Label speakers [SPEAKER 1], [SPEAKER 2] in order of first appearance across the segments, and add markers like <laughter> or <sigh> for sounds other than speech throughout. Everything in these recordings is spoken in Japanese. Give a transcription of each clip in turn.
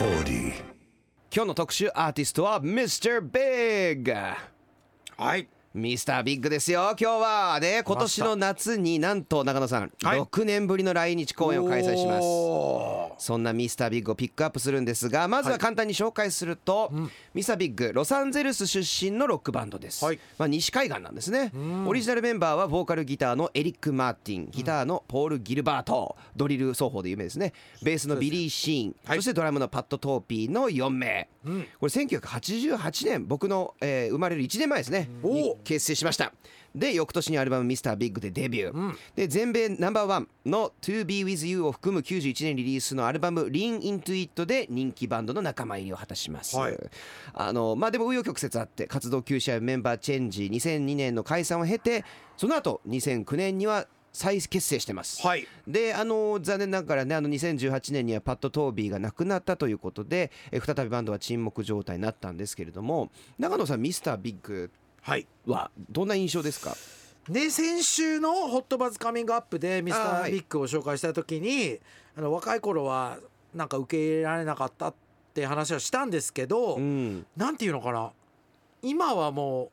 [SPEAKER 1] Audi.
[SPEAKER 2] 今日の特集アーティストは Mr.Big
[SPEAKER 3] はい。
[SPEAKER 2] ミスタービッグですよ今日はね今年の夏になんと中野さん、
[SPEAKER 3] はい
[SPEAKER 2] 6年ぶりの来日公演を開催します
[SPEAKER 3] おー
[SPEAKER 2] そんなミスタービッグをピックアップするんですがまずは簡単に紹介すると、ミスタービッグロサンゼルス出身のロックバンドです、
[SPEAKER 3] はい
[SPEAKER 2] まあ、西海岸なんですねオリジナルメンバーはボーカルギターのエリック・マーティンギターのポール・ギルバートドリル奏法で有名ですねベースのビリー・シーンそ,、
[SPEAKER 3] はい
[SPEAKER 2] してドラムのパット・トーピーの4名、これ1988年僕の、えー生まれる1年前ですね
[SPEAKER 3] うん
[SPEAKER 2] に
[SPEAKER 3] おー
[SPEAKER 2] 結成しましたで翌年にアルバム「ミスタービッグでデビュー、で全米ナンバーワンの「ToBeWithYou」を含む91年リリースのアルバム「Lean Into It」で人気バンドの仲間入りを果たします、
[SPEAKER 3] はい
[SPEAKER 2] あのまあでも紆余曲折あって活動休止やメンバーチェンジ2002年の解散を経てその後2009年には再結成してます、
[SPEAKER 3] はい。
[SPEAKER 2] であの残念ながらねあの2018年にはパッド・トービーが亡くなったということでえ再びバンドは沈黙状態になったんですけれども長野さんミスタービッグ
[SPEAKER 3] はい。
[SPEAKER 2] はどんな印象ですか
[SPEAKER 3] で先週の「ホットバズカミングアップ」でミス
[SPEAKER 2] あー
[SPEAKER 3] タ
[SPEAKER 2] は
[SPEAKER 3] ー
[SPEAKER 2] い
[SPEAKER 3] ビッグを紹介した時にあの若い頃はなんか受け入れられなかったって話はしたんですけど
[SPEAKER 2] うん
[SPEAKER 3] なんていうのかな今はも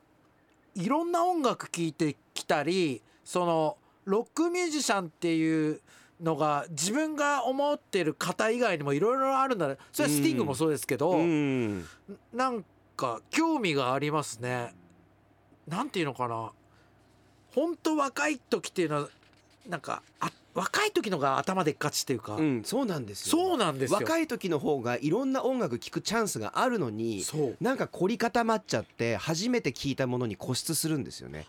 [SPEAKER 3] ういろんな音楽聴いてきたりそのロックミュージシャンっていうのが自分が思ってる方以外にもいろいろあるんだねそれはスティングもそうですけど、
[SPEAKER 2] うん
[SPEAKER 3] なんか興味がありますね。なんていうのかな。本当若い時っていうのはなんかあ若い時のが頭でっかちっていうか、
[SPEAKER 2] うんそうなんですよ
[SPEAKER 3] そうなんですよ。
[SPEAKER 2] 若い時の方がいろんな音楽聴くチャンスがあるのに
[SPEAKER 3] そう。
[SPEAKER 2] なんか凝り固まっちゃって初めて聞いたものに固執するんですよね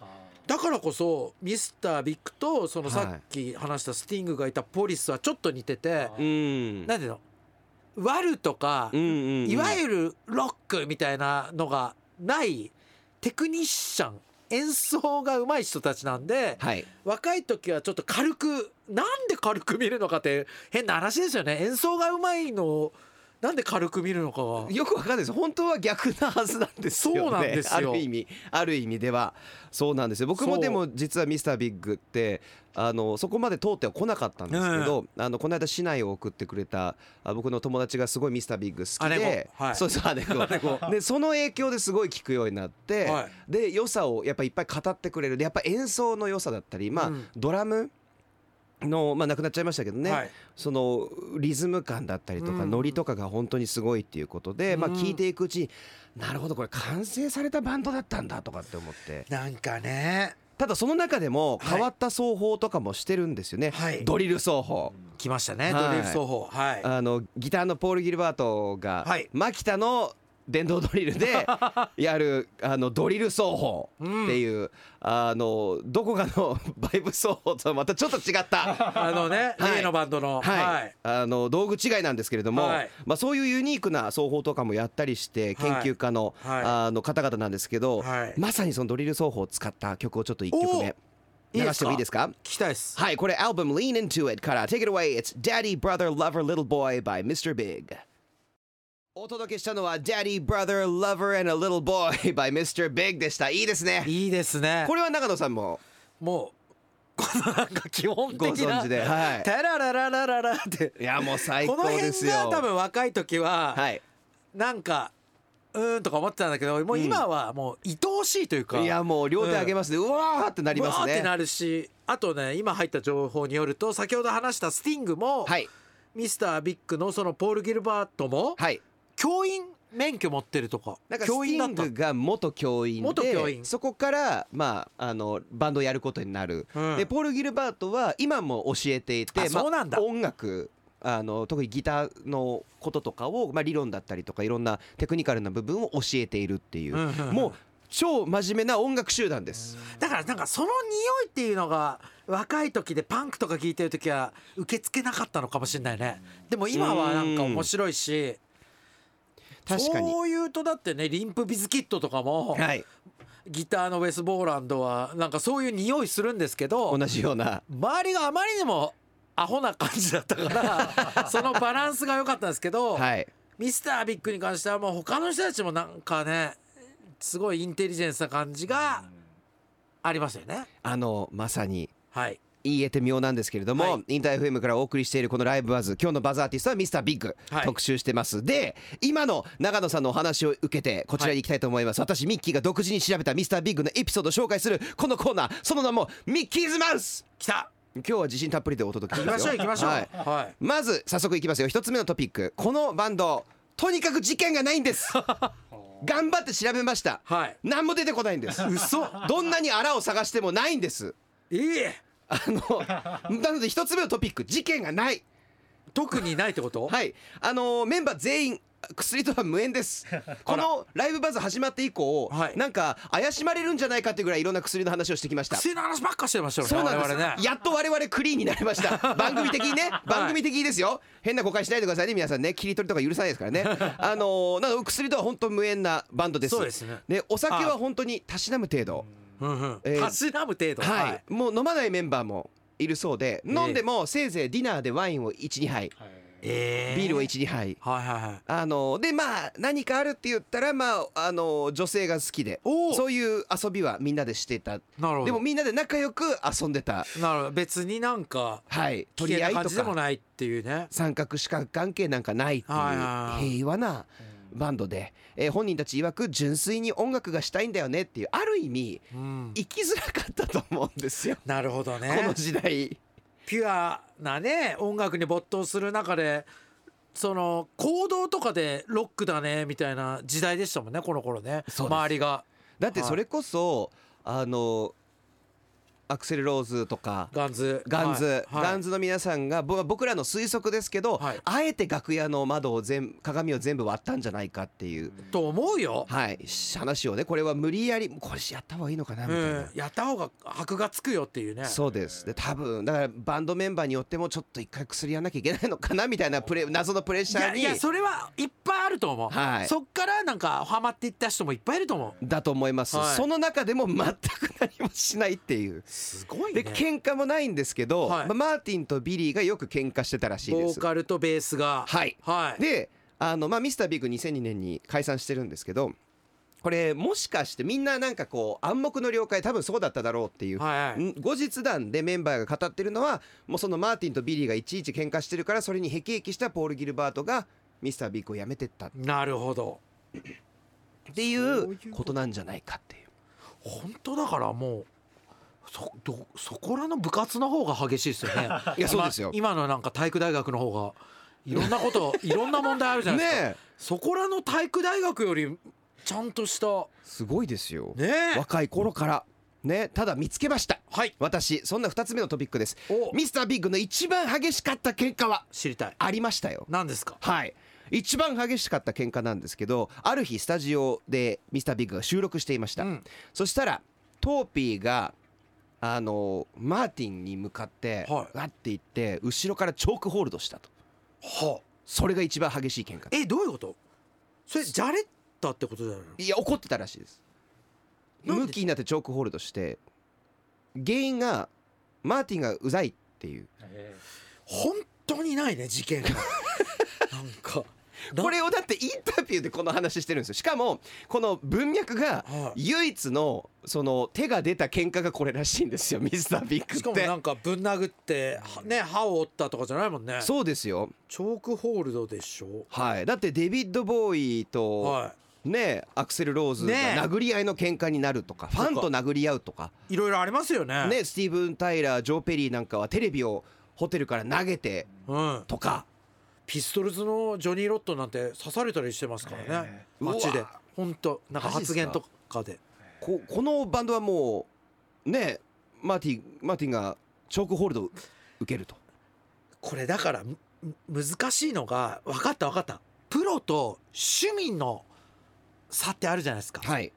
[SPEAKER 3] だからこそミスタービッグとその
[SPEAKER 2] はい
[SPEAKER 3] さっき話したスティングがいたポリスはちょっと似てて、
[SPEAKER 2] うん
[SPEAKER 3] なんていうの、ワルとか、
[SPEAKER 2] うんうんうん
[SPEAKER 3] いわゆるロックみたいなのがないテクニシャン演奏が上手い人たちなんで。
[SPEAKER 2] はい
[SPEAKER 3] 若い時はちょっと軽くなんで軽く見るのかって変な話ですよね演奏がうまいのをなんで軽く見るのかは
[SPEAKER 2] よくわかんないです本当は逆なはずなんですよね
[SPEAKER 3] そうなんですよ
[SPEAKER 2] ある意味ある意味ではそうなんですよ僕も
[SPEAKER 3] そう
[SPEAKER 2] でも実はミスタービッグってあのそこまで通っては来なかったんですけど、あのこの間市内を送ってくれたあ僕の友達がすごいミスタービッグ好きで
[SPEAKER 3] 姉子はい
[SPEAKER 2] そうそう姉子でその影響ですごい聞くようになって、
[SPEAKER 3] は
[SPEAKER 2] で良さをやっぱいっぱい語ってくれるでやっぱ演奏の良さだったりまあ、
[SPEAKER 3] うん
[SPEAKER 2] ドラムのまあなくなっちゃいましたけどね、
[SPEAKER 3] はい
[SPEAKER 2] そのリズム感だったりとか
[SPEAKER 3] うん
[SPEAKER 2] ノリとかが本当にすごいっていうことで、まあ
[SPEAKER 3] うん
[SPEAKER 2] 聞いていくうちになるほどこれ完成されたバンドだったんだとかって思って
[SPEAKER 3] なんかね
[SPEAKER 2] ただその中でも
[SPEAKER 3] はい
[SPEAKER 2] 変わった奏法とかもしてるんですよね、
[SPEAKER 3] はい
[SPEAKER 2] ドリル奏法。
[SPEAKER 3] 来ましたね、
[SPEAKER 2] はい
[SPEAKER 3] ドリル奏法はい
[SPEAKER 2] あのギターのポール・ギルバートが、
[SPEAKER 3] はい
[SPEAKER 2] 牧田の電動ドリル
[SPEAKER 3] <laughs>
[SPEAKER 2] でやるあのドリル奏法っていう、あのどこかの <laughs> バイブ奏法とはまたちょっと違った
[SPEAKER 3] <laughs> あの
[SPEAKER 2] <laughs>
[SPEAKER 3] ね、
[SPEAKER 2] はい
[SPEAKER 3] 例のバンドの
[SPEAKER 2] はい、あの道具違いなんですけれども、
[SPEAKER 3] はい
[SPEAKER 2] まあ、そういうユニークな奏法とかもやったりして研
[SPEAKER 3] はい
[SPEAKER 2] 究家の,、
[SPEAKER 3] はい
[SPEAKER 2] あの方々なんですけど、
[SPEAKER 3] はい
[SPEAKER 2] まさにそのドリル奏法を使った曲をちょっと1曲目
[SPEAKER 3] お
[SPEAKER 2] 流してもいいですか
[SPEAKER 3] 聞きたいっす
[SPEAKER 2] はいこれアルバム「Lean Into It」から「Take It Away It's Daddy Brother Lover Little Boy by Mr. Big」お届けしたのは「Daddy Brother Lover and a Little Boy <laughs> by Mr. Big」でしたいいですね
[SPEAKER 3] いいですね
[SPEAKER 2] これは長野さんも
[SPEAKER 3] もうこのなんか基本
[SPEAKER 2] ご
[SPEAKER 3] 的な
[SPEAKER 2] 存知ではい
[SPEAKER 3] タララララララ <laughs> って
[SPEAKER 2] いやもう最
[SPEAKER 3] この
[SPEAKER 2] 高で
[SPEAKER 3] 辺
[SPEAKER 2] すよ
[SPEAKER 3] が多分若い時は、
[SPEAKER 2] はい
[SPEAKER 3] なんかうーんとか思ってたんだけどもう今はもう愛おしいというか、
[SPEAKER 2] いやもう両手上げますね、うわーってなります
[SPEAKER 3] わーっ
[SPEAKER 2] ね
[SPEAKER 3] てなるしあとね今入った情報によると先ほど話したスティングも、
[SPEAKER 2] はい
[SPEAKER 3] ミスタービッグのそのポール・ギルバートも、
[SPEAKER 2] はい
[SPEAKER 3] 教員免許持ってるとか
[SPEAKER 2] なんかステ
[SPEAKER 3] 教員だ
[SPEAKER 2] ィ
[SPEAKER 3] っ
[SPEAKER 2] ン
[SPEAKER 3] た
[SPEAKER 2] グが元教員で
[SPEAKER 3] 元教員
[SPEAKER 2] そこから、まあ、あのバンドをやることになる、
[SPEAKER 3] うん
[SPEAKER 2] でポール・ギルバートは今も教えていて
[SPEAKER 3] あそうなんだ
[SPEAKER 2] まあ、音楽あの特にギターのこととかを、まあ、理論だったりとかいろんなテクニカルな部分を教えているっていう、
[SPEAKER 3] うんうんうん
[SPEAKER 2] もう超真面目な音楽集団です。
[SPEAKER 3] だからなんかその匂いっていうのが若い時でパンクとか聞いてる時は受け付けなかったのかもしれないねでも今はなんか面白いし
[SPEAKER 2] 確かに
[SPEAKER 3] そういうとだってねリンプ・ビズキットとかも、
[SPEAKER 2] はい、
[SPEAKER 3] ギターのウェス・ボーランドはなんかそういう匂いするんですけど
[SPEAKER 2] 同じような
[SPEAKER 3] 周りがあまりにもアホな感じだったから
[SPEAKER 2] <laughs>
[SPEAKER 3] そのバランスが良かったんですけど、
[SPEAKER 2] はい
[SPEAKER 3] ミスタービッグに関してはもう他の人たちもなんかねすごいインテリジェンスな感じがありますよね。
[SPEAKER 2] あのまさに
[SPEAKER 3] はい
[SPEAKER 2] 言えて妙なんですけれども、
[SPEAKER 3] はい
[SPEAKER 2] インター FM からお送りしているこのライブバズ今日のバズアーティストはミスタービッグ、
[SPEAKER 3] はい
[SPEAKER 2] 特集してますで今の長野さんのお話を受けてこちらに行きたいと思います、私ミッキーが独自に調べたミスタービッグのエピソードを紹介するこのコーナーその名もミッキーズマウス
[SPEAKER 3] 来た
[SPEAKER 2] 今日は自信たっぷりでお届けし
[SPEAKER 3] 行き
[SPEAKER 2] ま
[SPEAKER 3] まし
[SPEAKER 2] す
[SPEAKER 3] ょう
[SPEAKER 2] よ
[SPEAKER 3] 行きましょう
[SPEAKER 2] はい
[SPEAKER 3] はい
[SPEAKER 2] まず早速いきますよ一つ目のトピックこのバンドとにかく事件がないんです
[SPEAKER 3] <laughs>
[SPEAKER 2] 頑張って調べました、
[SPEAKER 3] はい
[SPEAKER 2] 何も出てこないんです
[SPEAKER 3] 嘘
[SPEAKER 2] どんなにあらを探してもないんです
[SPEAKER 3] ええ
[SPEAKER 2] あ
[SPEAKER 3] <laughs>
[SPEAKER 2] のなので一つ目のトピック事件がない
[SPEAKER 3] 特にないってこと
[SPEAKER 2] はいあのーメンバー全員薬とは無縁
[SPEAKER 3] <laughs>
[SPEAKER 2] ですこのライブバズ始まって以降、
[SPEAKER 3] はい
[SPEAKER 2] なんか怪しまれるんじゃないかっていうぐらいいろんな薬の話をしてきました
[SPEAKER 3] 薬の話ばっかしてましたよね
[SPEAKER 2] そうなんです、
[SPEAKER 3] 我々ね
[SPEAKER 2] やっと我々クリーンになりま
[SPEAKER 3] <laughs>
[SPEAKER 2] した番組的にね番組的ですよ、変な誤解しないでくださいね皆さんね切り取りとか許さないですから
[SPEAKER 3] <laughs>
[SPEAKER 2] ねあのーなので薬とは本当無縁なバンドです
[SPEAKER 3] そうですね
[SPEAKER 2] お酒は本当にたしなむ程度
[SPEAKER 3] うんうん
[SPEAKER 2] えー
[SPEAKER 3] たしなむ程度
[SPEAKER 2] はい、もう飲まないメンバーもいるそうで飲んでもせいぜいディナーでワインを12杯
[SPEAKER 3] ええ
[SPEAKER 2] ビールを12杯
[SPEAKER 3] はいはいはい
[SPEAKER 2] あのでまあ何かあるって言ったらまああの女性が好きで
[SPEAKER 3] おー
[SPEAKER 2] そういう遊びはみんなでしてた
[SPEAKER 3] なるほど
[SPEAKER 2] でもみんなで仲良く遊んでた
[SPEAKER 3] なるほど別になんか
[SPEAKER 2] はい
[SPEAKER 3] 危
[SPEAKER 2] 取り合
[SPEAKER 3] 険ない感
[SPEAKER 2] と
[SPEAKER 3] じでも
[SPEAKER 2] か
[SPEAKER 3] ないっていうね
[SPEAKER 2] 三角四角関係なんかないってい
[SPEAKER 3] はいはいは
[SPEAKER 2] う
[SPEAKER 3] い
[SPEAKER 2] 平和なバンドで、えー本人たち曰く純粋に音楽がしたいんだよねっていうある意味
[SPEAKER 3] うん
[SPEAKER 2] 生きづらかったと思うんですよ、
[SPEAKER 3] なるほど
[SPEAKER 2] この
[SPEAKER 3] ね
[SPEAKER 2] 時代。
[SPEAKER 3] ピュアなね音楽に没頭する中でその行動とかでロックだねみたいな時代でしたもんねこの頃ね
[SPEAKER 2] そうです
[SPEAKER 3] 周りが
[SPEAKER 2] だってそれこそ、あのアクセル・ローズとか
[SPEAKER 3] ガンズ
[SPEAKER 2] ガンズ、
[SPEAKER 3] はい
[SPEAKER 2] ガンズの皆さんがぼ僕らの推測ですけど、
[SPEAKER 3] はい
[SPEAKER 2] あえて楽屋の窓を全鏡を全部割ったんじゃないかっていう、
[SPEAKER 3] と思うよ、
[SPEAKER 2] はい、し話をねこれは無理やりこれやった方がいいのかなみ
[SPEAKER 3] う
[SPEAKER 2] たいな。
[SPEAKER 3] ん、やった方が箔がつくよっていうね
[SPEAKER 2] そうですで多分だからバンドメンバーによってもちょっと一回薬やんなきゃいけないのかなみたいなプレ謎のプレッシ
[SPEAKER 3] い
[SPEAKER 2] ャ
[SPEAKER 3] や
[SPEAKER 2] ー
[SPEAKER 3] いや
[SPEAKER 2] に
[SPEAKER 3] それはいっぱいあると思う、
[SPEAKER 2] はい
[SPEAKER 3] そっからなんかハマっていった人もいっぱいいると思う
[SPEAKER 2] だと思います、
[SPEAKER 3] はい
[SPEAKER 2] その中でも全く何もしないっていう
[SPEAKER 3] すごいね
[SPEAKER 2] で喧嘩もないんですけど、
[SPEAKER 3] はい
[SPEAKER 2] まあマーティンとビリーがよく喧嘩してたらしいで
[SPEAKER 3] ボ
[SPEAKER 2] す
[SPEAKER 3] ーカルとベースが
[SPEAKER 2] はい
[SPEAKER 3] はい
[SPEAKER 2] であのまあミスタービッグ2002年に解散してるんですけどこれもしかしてみんななんかこう暗黙の了解多分そうだっただろうっていう、
[SPEAKER 3] はいはい
[SPEAKER 2] ん後日談でメンバーが語ってるのはもうそのマーティンとビリーがいちいち喧嘩してるからそれにへきへきしたポール・ギルバートがミスタービッグを辞めてったっ
[SPEAKER 3] なるほど
[SPEAKER 2] てい
[SPEAKER 3] そう
[SPEAKER 2] う
[SPEAKER 3] いうこ
[SPEAKER 2] ことなんじゃないかっていう
[SPEAKER 3] 本当だからもうそどそこらの部活の方が激しいですよね
[SPEAKER 2] <laughs> いやそうですよ
[SPEAKER 3] 今今のなんか体育大学の方がいろんなこと
[SPEAKER 2] <laughs>
[SPEAKER 3] いろんな問題あるじゃないですか、
[SPEAKER 2] ねえ
[SPEAKER 3] そこらの体育大学よりちゃんとした
[SPEAKER 2] すごいですよ、
[SPEAKER 3] ねえ
[SPEAKER 2] 若い頃からねただ見つけました
[SPEAKER 3] はい
[SPEAKER 2] 私そんな2つ目のトピックです
[SPEAKER 3] お
[SPEAKER 2] ミスタービッグの一番激しかった喧嘩は
[SPEAKER 3] 知りたい
[SPEAKER 2] ありましたよ
[SPEAKER 3] 何ですか
[SPEAKER 2] はい一番激しかった喧嘩なんですけどある日スタジオでミスタービッグが収録していました、
[SPEAKER 3] うん
[SPEAKER 2] そしたらトーピーがあのマーティンに向かって
[SPEAKER 3] は
[SPEAKER 2] わ
[SPEAKER 3] い
[SPEAKER 2] って言って後ろからチョークホールドしたと
[SPEAKER 3] は
[SPEAKER 2] それが一番激しい喧嘩
[SPEAKER 3] えどういうことそれじゃれったってことじゃないの
[SPEAKER 2] いや怒ってたらしいです
[SPEAKER 3] なんで
[SPEAKER 2] ムキになってチョークホールドして原因がマーティンがうざいっていう
[SPEAKER 3] 本当にない
[SPEAKER 2] <laughs>
[SPEAKER 3] ね事件がなんかな
[SPEAKER 2] これをだってインタビューでこの話してるんですよしかもこの文脈が
[SPEAKER 3] はい
[SPEAKER 2] 唯一のその手が出た喧嘩がこれらしいんですよミスタービッ
[SPEAKER 3] し
[SPEAKER 2] グっ
[SPEAKER 3] かもな
[SPEAKER 2] て
[SPEAKER 3] んかぶん殴ってはね歯を折ったとかじゃないもんね
[SPEAKER 2] そうですよ
[SPEAKER 3] チョークホールドでしょ
[SPEAKER 2] はいだってデビッド・ボーイと
[SPEAKER 3] は
[SPEAKER 2] ねアクセル・ローズが
[SPEAKER 3] ね
[SPEAKER 2] 殴り合いの喧嘩になるとかファンと殴り合うとか
[SPEAKER 3] いいろいろありますよね
[SPEAKER 2] ねスティーブン・タイラージョー・ペリーなんかはテレビをホテルから投げて
[SPEAKER 3] うん
[SPEAKER 2] とか
[SPEAKER 3] ピストルズのジョニー・ロットンなんて刺されたりしてますからね
[SPEAKER 2] うわ
[SPEAKER 3] 街で本当なんか
[SPEAKER 2] マジっすか
[SPEAKER 3] 発言とかで
[SPEAKER 2] ここのバンドはもうねマーティンマーティンがチョークホールドを受けると
[SPEAKER 3] これだからむ難しいのが分かった分かったプロと趣味の差ってあるじゃないですか
[SPEAKER 2] はい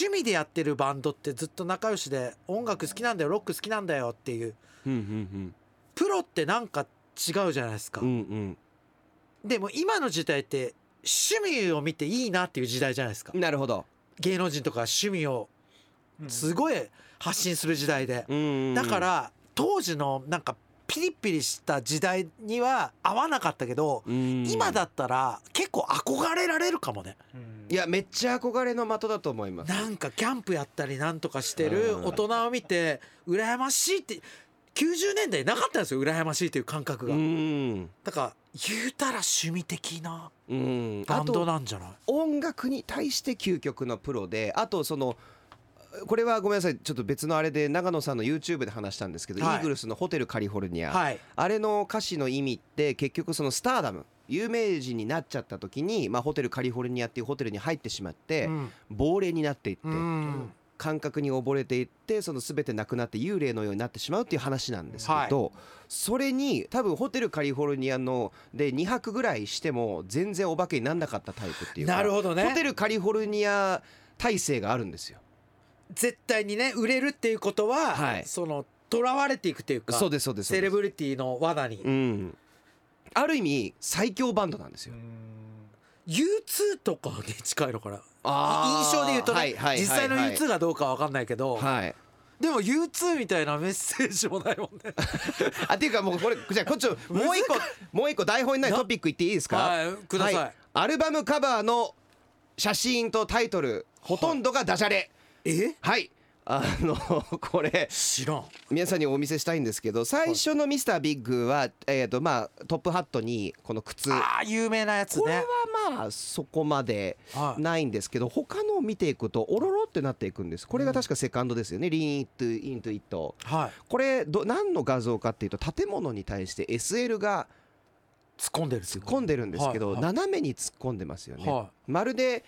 [SPEAKER 3] 趣味でやってるバンドってずっと仲良しで音楽好きなんだよロック好きなんだよっていう
[SPEAKER 2] うんうん
[SPEAKER 3] プロってなんか違うじゃないですか、
[SPEAKER 2] うんうんうん
[SPEAKER 3] でも今の時代って趣味を見ていいなっていう時代じゃないですか
[SPEAKER 2] なるほど。
[SPEAKER 3] 芸能人とか趣味をすごい発信する時代でだ
[SPEAKER 2] だ
[SPEAKER 3] から当時のなんかピリピリした時代には合わなかったけど今
[SPEAKER 2] 今
[SPEAKER 3] だったら結構憧れられるかもね
[SPEAKER 2] いやめっちゃ憧れの的だと思います。
[SPEAKER 3] なんかキャンプやったりなんとかしてる
[SPEAKER 2] うん
[SPEAKER 3] 大人を見て羨ましいって90年代なかったんですよ羨ましいという感覚
[SPEAKER 2] う
[SPEAKER 3] が、
[SPEAKER 2] ん
[SPEAKER 3] だから言うたら趣味的な
[SPEAKER 2] うん
[SPEAKER 3] バ
[SPEAKER 2] あ
[SPEAKER 3] ンド
[SPEAKER 2] と
[SPEAKER 3] なんじゃない
[SPEAKER 2] 音楽に対して究極のプロであとそのこれはごめんなさいちょっと別のあれで長野さんの YouTube で話したんですけど、
[SPEAKER 3] はい
[SPEAKER 2] イーグルスの「ホテルカリフォルニア」
[SPEAKER 3] はい
[SPEAKER 2] あれの歌詞の意味って結局そのスターダム有名人になっちゃった時に、まあ、ホテルカリフォルニアっていうホテルに入ってしまって、
[SPEAKER 3] うん
[SPEAKER 2] 亡霊になっていって、
[SPEAKER 3] うん
[SPEAKER 2] 感覚に溺れていってその全てなくなって幽霊のようになってしまうっていう話なんですけど、それに多分ホテルカリフォルニアので2泊ぐらいしても全然お化けになんなかったタイプっていうか
[SPEAKER 3] なるほどね
[SPEAKER 2] ホテルカリフォルニア体制があるんですよ。
[SPEAKER 3] 絶対にね売れるっていうことは、
[SPEAKER 2] はい
[SPEAKER 3] そのとらわれていくというか
[SPEAKER 2] そうですそうですそう
[SPEAKER 3] セ
[SPEAKER 2] で
[SPEAKER 3] レ
[SPEAKER 2] す。
[SPEAKER 3] ブリティの罠に、
[SPEAKER 2] うん、ある意味最強バンドなんですよ。
[SPEAKER 3] U2 とかに近いのかな
[SPEAKER 2] あー
[SPEAKER 3] 印象で言うとね、
[SPEAKER 2] はいはいはいはい
[SPEAKER 3] 実際の U2 がどうかわかんないけど、
[SPEAKER 2] はい。
[SPEAKER 3] でも U2 みたいなメッセージもないもん
[SPEAKER 2] <laughs>
[SPEAKER 3] ね。
[SPEAKER 2] あっていうかもうこれじゃあ
[SPEAKER 3] <laughs>
[SPEAKER 2] こっちもう一個もう一個台本にないトピック言っていいですか。
[SPEAKER 3] はいください
[SPEAKER 2] アルバムカバーの写真とタイトルほとんどがダジャレ。
[SPEAKER 3] え
[SPEAKER 2] はい。あのこれ
[SPEAKER 3] 知らん。
[SPEAKER 2] 皆さんにお見せしたいんですけど最初のミスタービッグはえっとまあトップハットにこの靴。
[SPEAKER 3] ああ有名なやつ
[SPEAKER 2] これは
[SPEAKER 3] ね。
[SPEAKER 2] まあそこまで
[SPEAKER 3] はい
[SPEAKER 2] ないんですけど他のを見ていくとおろろってなっていくんですこれが確かセカンドですよね「リーン・イット・イント・イット」
[SPEAKER 3] はい
[SPEAKER 2] これど何の画像かっていうと建物に対して SL が
[SPEAKER 3] 突っ込んでる
[SPEAKER 2] 突っ込んでるんですけど、
[SPEAKER 3] はいはい
[SPEAKER 2] 斜めに突っ込んでますよね、
[SPEAKER 3] は
[SPEAKER 2] まるで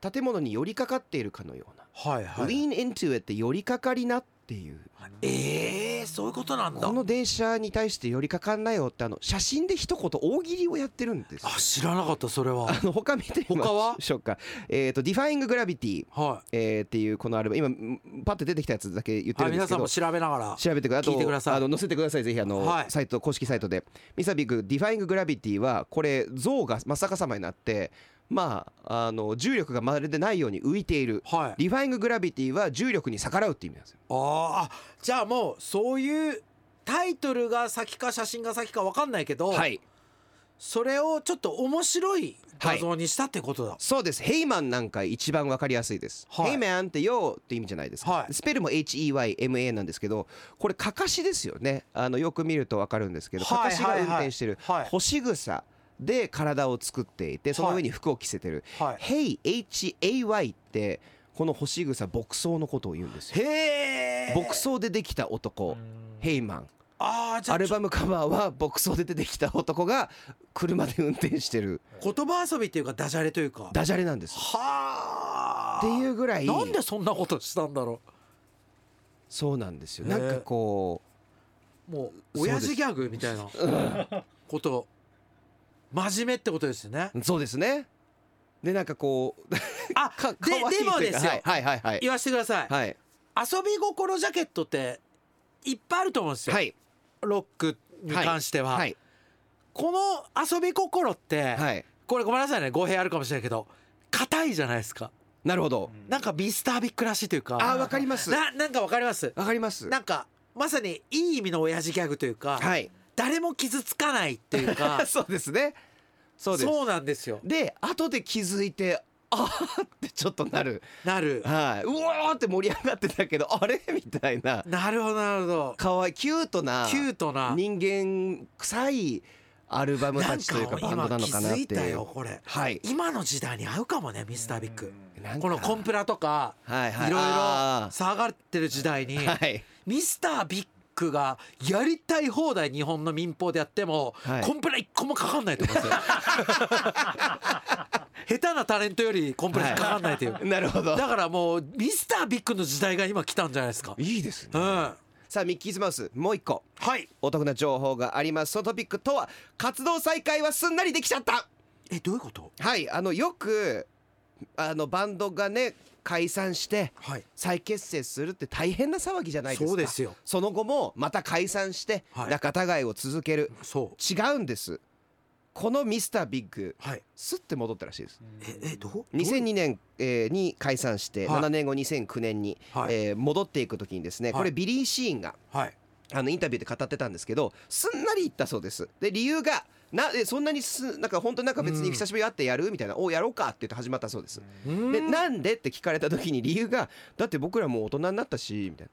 [SPEAKER 2] 建物に寄りかかっているかのような、
[SPEAKER 3] はいはい
[SPEAKER 2] Lean into it って寄りかかりなっていう
[SPEAKER 3] ええそういうことなんだ
[SPEAKER 2] こ。の電車に対して寄りかかんなよってあの写真で一言大喜利をやってるんですよ
[SPEAKER 3] あ知らなかった
[SPEAKER 2] <laughs>
[SPEAKER 3] それは。
[SPEAKER 2] あの他見てみま
[SPEAKER 3] 他は
[SPEAKER 2] しょうかえっ、と「Defying Gravity
[SPEAKER 3] は」
[SPEAKER 2] えーっていうこのアルバム今んパッと出てきたやつだけ言っ
[SPEAKER 3] い。
[SPEAKER 2] て
[SPEAKER 3] は
[SPEAKER 2] る
[SPEAKER 3] い
[SPEAKER 2] んで
[SPEAKER 3] 皆
[SPEAKER 2] すけ
[SPEAKER 3] さん
[SPEAKER 2] ど
[SPEAKER 3] も調べながら。
[SPEAKER 2] 調べてください。
[SPEAKER 3] 聞いてください
[SPEAKER 2] あとあの載せてください。ぜひあの、
[SPEAKER 3] はい
[SPEAKER 2] サイト公式サイトでミサビッグディファインググラビティはこれ像が真っ逆さまになって、まああの重力がまるでないように浮いている。
[SPEAKER 3] はい。
[SPEAKER 2] ディファインググラビティは重力に逆らうって意味なんですよ。
[SPEAKER 3] あーあじゃあもうそういうタイトルが先か写真が先かわかんないけど、
[SPEAKER 2] はい。
[SPEAKER 3] それをちょっと面白い画像にしたってことだ。
[SPEAKER 2] そうです。ヘイマンなんか一番わかりやすいです。
[SPEAKER 3] はい
[SPEAKER 2] ヘイマンってよーって意味じゃないですか。
[SPEAKER 3] はい
[SPEAKER 2] スペルも H E Y M A なんですけど、これかかしですよね。あのよく見るとわかるんですけど、か
[SPEAKER 3] はい
[SPEAKER 2] かしが
[SPEAKER 3] はいは
[SPEAKER 2] 運
[SPEAKER 3] い
[SPEAKER 2] 転してる
[SPEAKER 3] はい
[SPEAKER 2] 干し草で体を作っていて、その上に服を着せてる。
[SPEAKER 3] はい。
[SPEAKER 2] ヘイ HAY ってこの干し草牧草のことを言うんですよ
[SPEAKER 3] へえ。
[SPEAKER 2] 牧草でできた男ヘイマン
[SPEAKER 3] ああじ
[SPEAKER 2] ア
[SPEAKER 3] ゃあ
[SPEAKER 2] ルバムカバーは牧草で出てきた男が車で運転してる
[SPEAKER 3] 言葉遊びっていうかダジャレというか。
[SPEAKER 2] ダジャレなんです
[SPEAKER 3] はあ。
[SPEAKER 2] っていうぐらい
[SPEAKER 3] なんでそんなことしたんだろ
[SPEAKER 2] そうなんですよ
[SPEAKER 3] ね
[SPEAKER 2] なんかこ
[SPEAKER 3] う。もう
[SPEAKER 2] そうです
[SPEAKER 3] 親父ギャグみたいなこと。真面目ってことですよね。
[SPEAKER 2] うそうですねでなんかこう
[SPEAKER 3] あ
[SPEAKER 2] か
[SPEAKER 3] で
[SPEAKER 2] 可愛い
[SPEAKER 3] でも
[SPEAKER 2] という
[SPEAKER 3] で
[SPEAKER 2] か
[SPEAKER 3] すよ。
[SPEAKER 2] はいはいはいはい
[SPEAKER 3] 言わせてください。
[SPEAKER 2] はい
[SPEAKER 3] 遊び心ジャケットっていっぱいあると思うんですよ。
[SPEAKER 2] はい
[SPEAKER 3] ロックに関しては、
[SPEAKER 2] はい
[SPEAKER 3] この遊び心って、
[SPEAKER 2] はい
[SPEAKER 3] これごめんなさいね語弊あるかもしれないけど硬いじゃないですか。
[SPEAKER 2] なるほど
[SPEAKER 3] なんかミスタービッグらしいというか。
[SPEAKER 2] あーわかります
[SPEAKER 3] ななんかわかります。
[SPEAKER 2] わかります
[SPEAKER 3] なんかまさにいい意味の親父ギャグというか、
[SPEAKER 2] はい
[SPEAKER 3] 誰も傷つかないっていうか
[SPEAKER 2] そうですね <laughs> そうです
[SPEAKER 3] そうなんですよ
[SPEAKER 2] で後で気づいてあーってちょっとなる、
[SPEAKER 3] なる
[SPEAKER 2] はい、うわーって盛り上がってたけどあれみたいな
[SPEAKER 3] なるほどなるほど
[SPEAKER 2] 可愛いキュートな
[SPEAKER 3] キュートな
[SPEAKER 2] 人間臭いアルバムたちというかバンドな
[SPEAKER 3] 今
[SPEAKER 2] の
[SPEAKER 3] 気
[SPEAKER 2] かなっ
[SPEAKER 3] づい
[SPEAKER 2] て
[SPEAKER 3] た
[SPEAKER 2] い
[SPEAKER 3] よ
[SPEAKER 2] う。
[SPEAKER 3] これ
[SPEAKER 2] はい
[SPEAKER 3] 今の時代に合うかもねミスタービッグ
[SPEAKER 2] なんか
[SPEAKER 3] このコンプラとか
[SPEAKER 2] はいはい
[SPEAKER 3] いろいろ
[SPEAKER 2] あー
[SPEAKER 3] 騒がってる時代に
[SPEAKER 2] はい
[SPEAKER 3] ミスタービッグがやりたい放題日本の民放でやっても、
[SPEAKER 2] はい
[SPEAKER 3] コンプラ一個もかかんないと思うん <laughs> ですよ下手なタレントよりコンプラかかんないという、
[SPEAKER 2] なるほど
[SPEAKER 3] だからもうミスタービッグの時代が今来たんじゃないですか。
[SPEAKER 2] いいです
[SPEAKER 3] う
[SPEAKER 2] ね
[SPEAKER 3] ん。は
[SPEAKER 2] さあミッキーズマウスもう一個
[SPEAKER 3] い。
[SPEAKER 2] お得な情報がありますそのトピックとは活動再開はすんなりできちゃった
[SPEAKER 3] えどういうこと？
[SPEAKER 2] はいあのよくあのバンドがね解散して
[SPEAKER 3] はい。
[SPEAKER 2] 再結成するって大変な騒ぎじゃないですか
[SPEAKER 3] そうですよ
[SPEAKER 2] その後もまた解散して
[SPEAKER 3] はい
[SPEAKER 2] 仲違いを続ける、
[SPEAKER 3] そう。
[SPEAKER 2] 違うんですこのミスタービッグ
[SPEAKER 3] はい。
[SPEAKER 2] すって戻ったらしいです
[SPEAKER 3] ええどう？
[SPEAKER 2] 2002年えーに解散して
[SPEAKER 3] はい
[SPEAKER 2] 7年後2009年に
[SPEAKER 3] はい
[SPEAKER 2] えー戻っていく時にですね
[SPEAKER 3] はい
[SPEAKER 2] これビリー・シーンが
[SPEAKER 3] はい。
[SPEAKER 2] あのインタビューで語ってたんですけどすんなり言ったそうですで理由がなえそんなにすなんか本当になんか別に久しぶりに会ってやるみたいな「おやろうか」って言って始まったそうです。
[SPEAKER 3] うん
[SPEAKER 2] でなんでって聞かれた時に理 <laughs> 由が「だって僕らもう大人になったし」みたい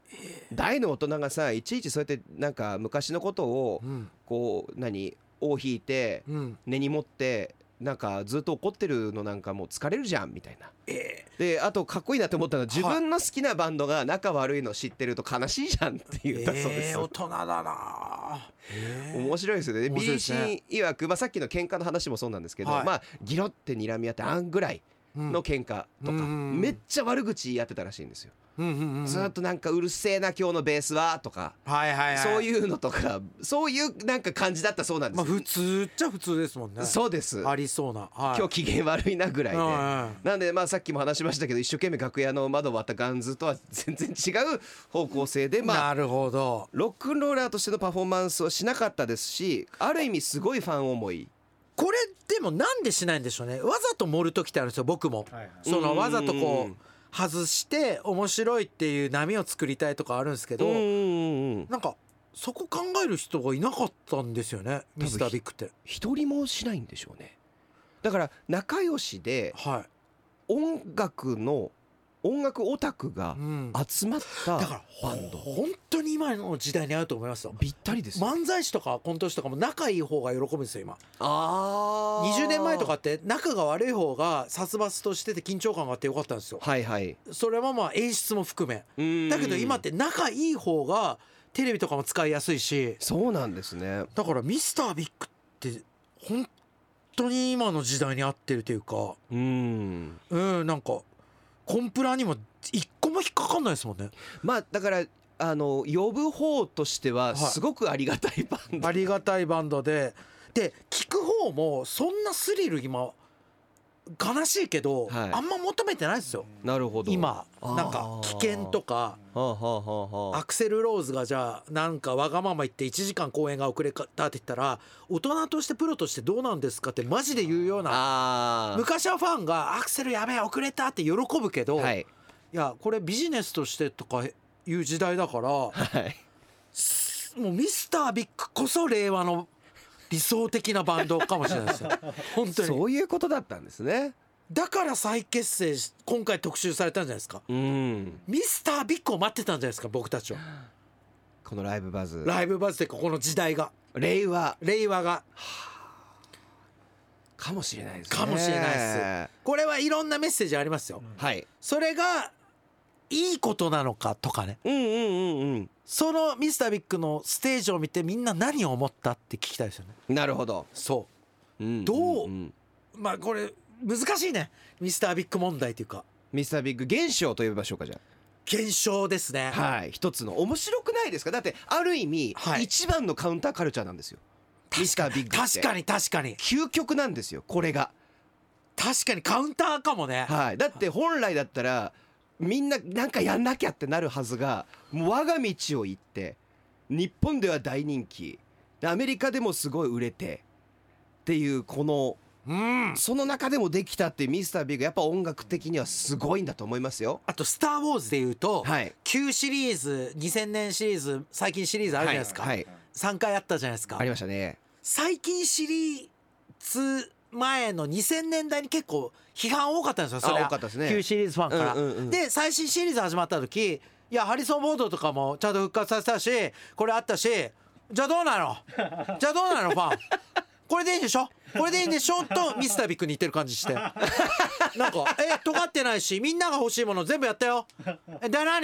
[SPEAKER 2] な大の大人がさいちいちそうやってなんか昔のことを
[SPEAKER 3] うん
[SPEAKER 2] こう何尾を引いて
[SPEAKER 3] うん
[SPEAKER 2] 根に持ってなんかずっと怒ってるのなんかもう疲れるじゃんみたいな。
[SPEAKER 3] え
[SPEAKER 2] であとかっこいいなって思ったのは自
[SPEAKER 3] はい
[SPEAKER 2] 分の好きなバンドが仲悪いの知ってると悲しいじゃんって言ったそうです。
[SPEAKER 3] えー大人だな、えー
[SPEAKER 2] 面白いですよね。
[SPEAKER 3] 面白いです
[SPEAKER 2] BC
[SPEAKER 3] ね
[SPEAKER 2] 曰く、まあ、さっきの喧嘩の話もそうなんですけど、
[SPEAKER 3] はい
[SPEAKER 2] まあギロって睨み合ってあんぐらい
[SPEAKER 3] うん
[SPEAKER 2] の喧嘩とか、
[SPEAKER 3] うん
[SPEAKER 2] めっちゃ悪口言い合ってたらしいんですよ。
[SPEAKER 3] うんうんうんうん
[SPEAKER 2] ずっとなんかうるせえな今日のベースはとか、
[SPEAKER 3] はいはいはい
[SPEAKER 2] そういうのとかそういうなんか感じだったそうなんです
[SPEAKER 3] まあ
[SPEAKER 2] よ。
[SPEAKER 3] 普通っちゃ普通ですもんね
[SPEAKER 2] そうです。
[SPEAKER 3] ありそうな、はい、
[SPEAKER 2] 今日機嫌悪いなぐらいで。
[SPEAKER 3] うんうん
[SPEAKER 2] なんでまあさっきも話しましたけど一生懸命楽屋の窓を割ったガンズとは全然違う方向性でまあ
[SPEAKER 3] なるほど
[SPEAKER 2] ロックンローラーとしてのパフォーマンスをしなかったですしある意味すごいファン思い
[SPEAKER 3] これでもなんでしないんでしょうねわざと盛る時ってあるんですよ僕も、
[SPEAKER 1] はいはい
[SPEAKER 3] そのわざと
[SPEAKER 2] う
[SPEAKER 3] こ
[SPEAKER 2] ん
[SPEAKER 3] う外して面白いっていう波を作りたいとかあるんですけど、
[SPEAKER 2] うん
[SPEAKER 3] なんかそこ考える人がいなかったんですよね
[SPEAKER 2] 多分
[SPEAKER 3] ミスタービッグって
[SPEAKER 2] 一人もしないんでしょうねだから仲良しで
[SPEAKER 3] は
[SPEAKER 2] 音楽の音楽オタクが
[SPEAKER 3] い、うん、だ
[SPEAKER 2] 集まった
[SPEAKER 3] から
[SPEAKER 2] バンド
[SPEAKER 3] 本当に今の時代に合うと思いますよ
[SPEAKER 2] ぴったりですよ
[SPEAKER 3] 漫才師とかコント師とかも仲いい方が喜ぶんですよ今
[SPEAKER 2] あー
[SPEAKER 3] 20年前とかって仲が悪い方が殺伐としてて緊張感があってよかったんですよ
[SPEAKER 2] はいはい
[SPEAKER 3] それはまあ演出も含めだけど今って仲いい方がテレビとかも使いやすいし
[SPEAKER 2] そうなんですね
[SPEAKER 3] だからミスタービッグって本当に今の時代に合ってるというか
[SPEAKER 2] うん
[SPEAKER 3] うんなんかコンプラにも一個も引っかかんないですもんね
[SPEAKER 2] まあだからあの呼ぶ方としてはいすごくありがたいバンド、
[SPEAKER 3] ありがたいバンドでで聞く方もそんなスリル今悲しいけど、
[SPEAKER 2] はい
[SPEAKER 3] あんま求めてないですよ
[SPEAKER 2] なるほど
[SPEAKER 3] 今
[SPEAKER 2] あー
[SPEAKER 3] なんか危険とか
[SPEAKER 2] はあ、はあはあは
[SPEAKER 3] アクセル・ローズがじゃあなんかわがまま言って1時間公演が遅れたって言ったら大人としてプロとしてどうなんですかってマジで言うような
[SPEAKER 2] ああ
[SPEAKER 3] 昔はファンが「アクセルやべえ遅れた」って喜ぶけど、、
[SPEAKER 2] はいい
[SPEAKER 3] やこれビジネスとしてとかいう時代だからも
[SPEAKER 2] はい、
[SPEAKER 3] うミスタービッグこそ令和の理想的なバンドかもしれない
[SPEAKER 2] <laughs>
[SPEAKER 3] ですよ本当に
[SPEAKER 2] そういうことだったんですね
[SPEAKER 3] だから再結成し今回特集されたんじゃないですか
[SPEAKER 2] うん
[SPEAKER 3] ミスタービッグを待ってたんじゃないですか僕たちは
[SPEAKER 2] このライブバズ
[SPEAKER 3] ライブバズでここの時代が
[SPEAKER 2] 令和
[SPEAKER 3] 令和が
[SPEAKER 2] かもしれないですね
[SPEAKER 3] かもしれないですこれはいろんなメッセージありますよ
[SPEAKER 2] はい
[SPEAKER 3] それがいいことなのかとかね
[SPEAKER 2] うんうんうん
[SPEAKER 3] そのミスタービッグのステージを見てみんな何を思ったって聞きたいですよね
[SPEAKER 2] うんなるほど、
[SPEAKER 3] そ
[SPEAKER 2] うん
[SPEAKER 3] どうん
[SPEAKER 2] ん
[SPEAKER 3] うまあこれ難しいねミスタービッグ問題というか
[SPEAKER 2] ミスタービッグ現象と呼びましょうかじゃ
[SPEAKER 3] 現象ですね
[SPEAKER 2] あはい一つの面白くないですかだってある意味、
[SPEAKER 3] はい
[SPEAKER 2] 一番のカウンターカルチャーなんですよミスタービッグって
[SPEAKER 3] 確かに確かに
[SPEAKER 2] 究極なんですよこれが
[SPEAKER 3] 確かにカウンターかもね
[SPEAKER 2] はい、だって本来だったらみんななんかやんなきゃってなるはずがもう我が道を行って日本では大人気でアメリカでもすごい売れてっていうこの
[SPEAKER 3] うん
[SPEAKER 2] その中でもできたっていうミスタービッグやっぱ音楽的にはすごいんだと思いますよ。
[SPEAKER 3] あと「スター・ウォーズ」でいうと、
[SPEAKER 2] はい、
[SPEAKER 3] 旧シリーズ2000年シリーズ最近シリーズあるじゃないですか、
[SPEAKER 2] はいはい
[SPEAKER 3] 3回あったじゃないですか
[SPEAKER 2] ありましたね。
[SPEAKER 3] 最近シリーズ前の2000年代に結構批判多かったんですよそれ
[SPEAKER 2] あ多かったですね
[SPEAKER 3] 旧シリーズファンから、
[SPEAKER 2] うんうんうん
[SPEAKER 3] で最新シリーズ始まった時いやハリソン・ボードとかもちゃんと復活させたしこれあったしじゃあどう
[SPEAKER 2] <laughs>
[SPEAKER 3] なのじゃあどうなのファンこれでいいんでしょこれでいいんでしょとミスタービッグに似てる感
[SPEAKER 2] <laughs>
[SPEAKER 3] じしてなんかえ尖ってないしみんなが欲しいもの全部やったよえで何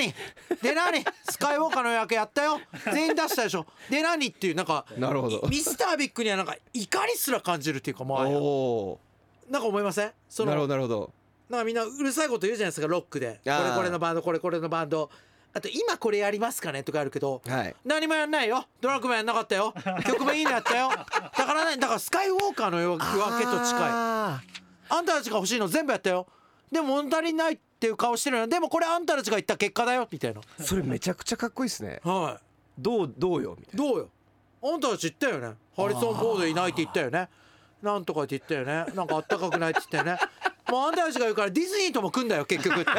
[SPEAKER 3] で何スカイウォーカーの予約やったよ全員出したでしょで何っていうなんか
[SPEAKER 2] なるほど
[SPEAKER 3] いミスタービッグにはなんか怒りすら感じるっていうか
[SPEAKER 2] お
[SPEAKER 3] まあなんか
[SPEAKER 2] お
[SPEAKER 3] 思いません
[SPEAKER 2] ー、
[SPEAKER 3] そ
[SPEAKER 2] なるほ
[SPEAKER 3] の
[SPEAKER 2] どなるほど。
[SPEAKER 3] なんかみんなうるさいこと言うじゃないですかロックでこ
[SPEAKER 2] あー
[SPEAKER 3] れこれのバンドこれこれのバンドあと今これやりますかねとかあるけど
[SPEAKER 2] はい。
[SPEAKER 3] 何もやんないよドラッグマンやんなかっ
[SPEAKER 2] <laughs>
[SPEAKER 3] たよ曲もいいのやったよだからねだからスカイウォーカーの夜明けと近い
[SPEAKER 2] あ
[SPEAKER 3] あんたたちが欲しいの全部やったよでも物足りないっていう顔してるのでもこれあんたたちが言った結果だよみたいな
[SPEAKER 2] ーそれめちゃくちゃかっこいいですね。
[SPEAKER 3] はい
[SPEAKER 2] どうどうよみたい
[SPEAKER 3] どうよあんたたち言ったよねハリソン・フォードいないって言ったよねなんとかって言ったよねなんかあったかくないって言ったよねもうあんたたちが言うからディズニーとも組んだよ結
[SPEAKER 2] <laughs>
[SPEAKER 3] 局って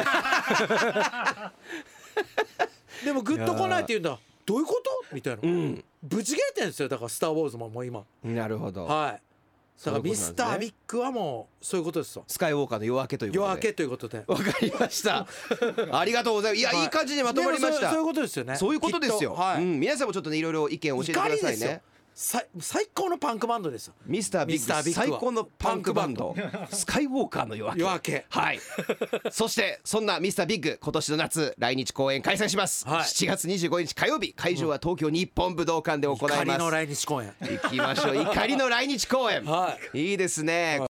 [SPEAKER 3] でもグッと来ないって言うんだどういうことみたいな、
[SPEAKER 2] な。うん。
[SPEAKER 3] ぶち切れてんですよだから「スター・ウォーズ」ももう今
[SPEAKER 2] なるほど。
[SPEAKER 3] はいだからミスター・ビ
[SPEAKER 2] ッ
[SPEAKER 3] ッグはもうそういうことですよ
[SPEAKER 2] スカイウォーカーの夜明けということで
[SPEAKER 3] 夜明けということで
[SPEAKER 2] わかりま
[SPEAKER 3] <laughs>
[SPEAKER 2] した。ありがとうございます。いや、
[SPEAKER 3] はい
[SPEAKER 2] い、い感じにまとまりまし
[SPEAKER 3] でもそう
[SPEAKER 2] た。そ
[SPEAKER 3] そうい
[SPEAKER 2] うう
[SPEAKER 3] ことですよね
[SPEAKER 2] いうことですよ、
[SPEAKER 3] きっとはい、
[SPEAKER 2] うん。皆さんもちょっとね、いろいろ意見を教えて
[SPEAKER 3] 怒
[SPEAKER 2] くだ
[SPEAKER 3] り
[SPEAKER 2] さ
[SPEAKER 3] で
[SPEAKER 2] い
[SPEAKER 3] すよ
[SPEAKER 2] ね。
[SPEAKER 3] 最最高のパンクバンドですよ
[SPEAKER 2] ミスタービ
[SPEAKER 3] ミスタ
[SPEAKER 2] ッ
[SPEAKER 3] ー
[SPEAKER 2] グ
[SPEAKER 3] ビッグは
[SPEAKER 2] 最高のパンクバン
[SPEAKER 3] <laughs>
[SPEAKER 2] ドスカイウォーカーの夜明け
[SPEAKER 3] 夜明け <laughs>
[SPEAKER 2] はいそしてそんなミスタービッグ今年の夏来日公演開催します、
[SPEAKER 3] はい
[SPEAKER 2] 7月25日火曜日会場は東京日本武道館で行います
[SPEAKER 3] 怒りの来日公演
[SPEAKER 2] 行きましょう怒りの来日公演、、
[SPEAKER 3] <laughs> はい
[SPEAKER 2] いですね、